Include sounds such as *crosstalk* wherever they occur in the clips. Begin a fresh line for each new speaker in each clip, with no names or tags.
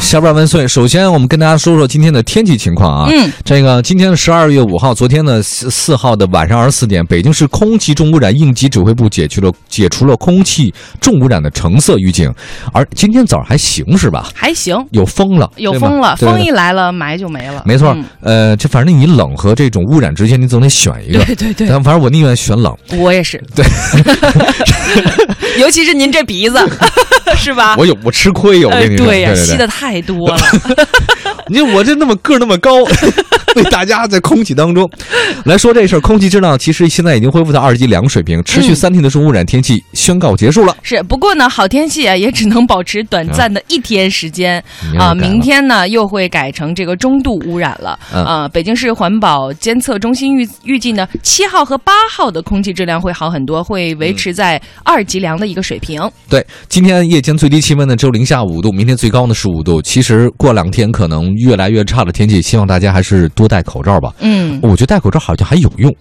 小板万岁！首先，我们跟大家说说今天的天气情况啊。
嗯，
这个今天十二月五号，昨天的四四号的晚上二十四点，北京市空气重污染应急指挥部解去了解除了空气重污染的橙色预警，而今天早上还行是吧？
还行，
有风了，
有
对吗
风了，
对对
风一来了，霾就没了。
没错
嗯，
呃，这反正你冷和这种污染之间，你总得选一个。
对 *laughs* 对对，
但反正我宁愿选冷，
我也是。
对，
*laughs* 尤其是您这鼻子， *laughs* 是吧？
我有我吃亏有，我
啊哎
跟你说，
对呀，
对
吸的太
*laughs*
多了。
你看我这那么个儿那么高，
*laughs*
被大家在空气当中来说这事儿，空气质量其实现在已经恢复到二级良水平，持续
嗯
三天的重污染天气宣告结束了。
是，不过呢，好天气啊，也只能保持短暂的一天时间
你看
啊。
又改了
明天呢，又会改成这个中度污染了
嗯
啊。北京市环保监测中心预预计呢，七号和八号的空气质量会好很多，会维
嗯
持在二级良的一个水平。
对，今天夜间最低气温呢只有零下五度，明天最高呢十五度。其实过两天可能越来越差的天气，希望大家还是多戴口罩吧。
嗯，
我觉得戴口罩好像还有用，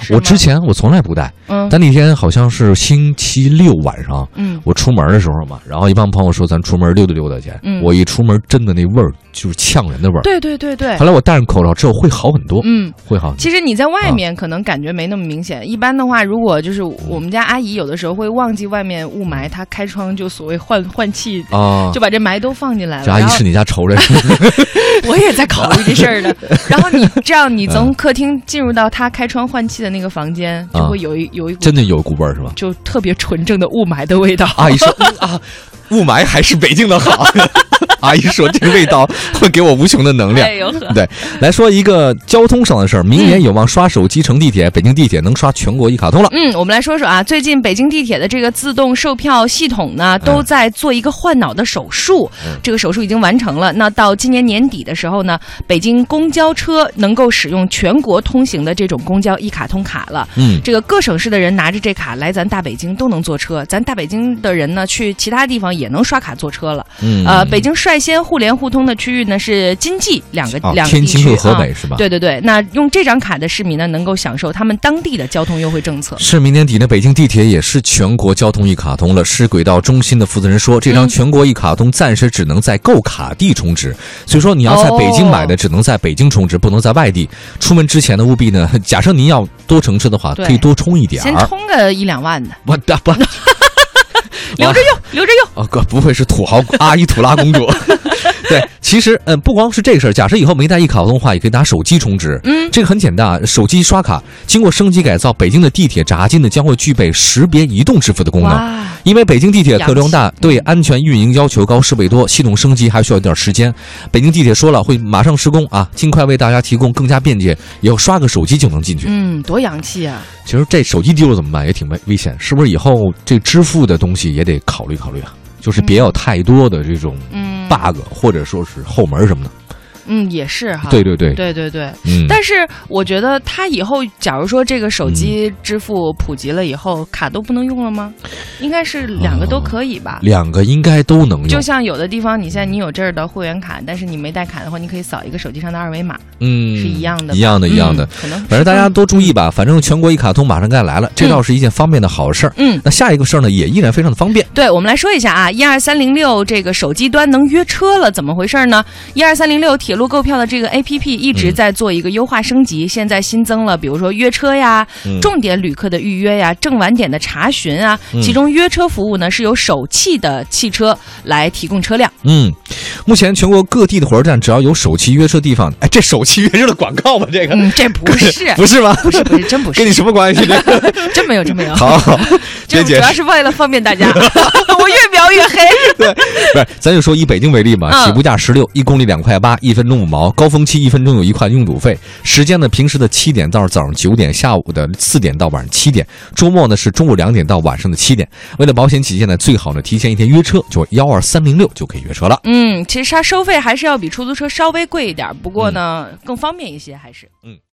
是
我
吗
之前我从来不戴，
嗯
但那天好像是星期六晚上。
嗯，
我出门的时候嘛，然后一帮朋友说咱出门溜达溜达去，
嗯
我一出门真的那味儿就是呛人的味儿，
对对对对
后，来我戴上口罩之后会好很多，
哎嗯。
会好很多。
其实你在外面可能感觉没那么明显。一般的话，如果就是我们家阿姨有的时候会忘记外面雾霾，她开窗就所谓换换气，
啊，
就把这哎霾都放进来了。
这阿
然
姨
后
是你啊家仇人，是吧
我也在考虑这事儿呢。然后
*laughs*
你这样，你从客厅进入到她开窗换气的那个房间，
嗯啊
就会有一有一
*laughs*
股
真的有股味儿是
*laughs*
吧？
就特别纯正的雾霾的味道。
阿姨说嗯啊，雾霾还是北京的好。 *laughs* 阿姨说这个味道会给我无穷的能量
*laughs* 哎。呦呵，
对，来说一个交通上的事儿，明年有望刷手机乘地铁，北京地铁能刷全国一卡通了。
嗯，我们来说说啊，最近北京地铁的这个自动售票系统呢，都在做一个换脑的手术，
嗯
这个手术已经完成了。那到今年年底的时候呢，北京公交车能够使用全国通行的这种公交一卡通卡了。
嗯，
这个各省市的人拿着这卡来咱大北京都能坐车，咱大北京的人呢去其他地方也能刷卡坐车了。
嗯
呃，北京率先互联互通的区域呢是津冀两个、
啊，
两个
天
地
津
区
和河
啊
北是吧？
对对对，那用这张卡的市民呢，能够享受他们当地的交通优惠政策。
是明年底呢，北京地铁也是全国交通一卡通了。市轨道中心的负责人说，这张
嗯
全国一卡通暂时只能在购卡地充值，所以说你要在北京买的，
哦
只能在北京充值，不能在外地。出门之前呢，务必呢， *laughs* 假设您要多乘车的话，
对
可以多充一点 *laughs*
先
儿。
充个一两万的，
我的不，
*laughs*
*laughs*
留着用，留着用。
啊，哥，不会是土豪阿依土拉公
*laughs*
主？对，其实嗯，不光是这个事儿，假设以后没带一卡通的话，也可以拿手机充值。
嗯，
这个很简单，啊，手机刷卡经过升级改造，北京的地铁闸机呢将会具备识别移动支付的功能。
哇，嗯
因为北京地铁客流量大
洋，气
对安全运营要求高，设备多，系统升级还需要一点时间。北京地铁说了会马上施工啊，尽快为大家提供更加便捷，以后刷个手机就能进去。
嗯，多洋气啊！
其实这手机丢了怎么办？也挺危危险，是不是？以后这支付的东西也得考虑考虑啊，就是别有太多的这种
嗯，
bug 或者说是后门什么的。
嗯，也是哈。
对对对，
对对对。
嗯，
但是我觉得，他以后假如说这个手
嗯
机支付普及了以后，卡都不能用了吗？应该是两个都可以吧。
嗯两个应该都能
啊就
用。
像有的地方，你现在你有这儿的会员卡，但是你没带卡的话，你可以扫一个手机上的二维码，
嗯，
是一样的吧，
一样的，一样的
嗯。。可能
反正大家多注意吧，反正全国一卡通马上该来了，这倒是一件方便的好事儿。
嗯。
那下一个事儿呢，也依然非常的方便。
对，我们来说一下啊，一二三零六这个手机端能约车了，怎么回事呢？一二三零六铁路购票的这个 APP 一直在做一个优化升级，现在新增了比如说约车呀、
嗯
重点旅客的预约呀、正晚点的查询啊，其中约车服务呢是由首汽的汽车来提供车辆。
嗯，目前全国各地的火车站只要有首汽约车地方，哎，这首汽约车的广告吗？这个、，
嗯，这不是
不是吗？
不是，不是，真不
跟
是，
你什么关系？这个
真没有，真没有，
好，好
这
别
主
解
要
释。
是为了方便
*laughs*
大家， *laughs* 我越描越黑。
不是，咱就说以北京为例嘛，
嗯
起步价十六，一公里两块八，一分钟五毛，高峰期一分钟有一块拥堵费。时间呢，平时的七点到早上九点，下午的四点到晚上七点，周末呢是中午两点到晚上的七点。为了保险起见呢，最好呢提前一天约车，就幺二三零六就可以约车了。嗯
嗯，其实它收费还是要比出租车稍微贵一点，不过呢，更方便一些，还是。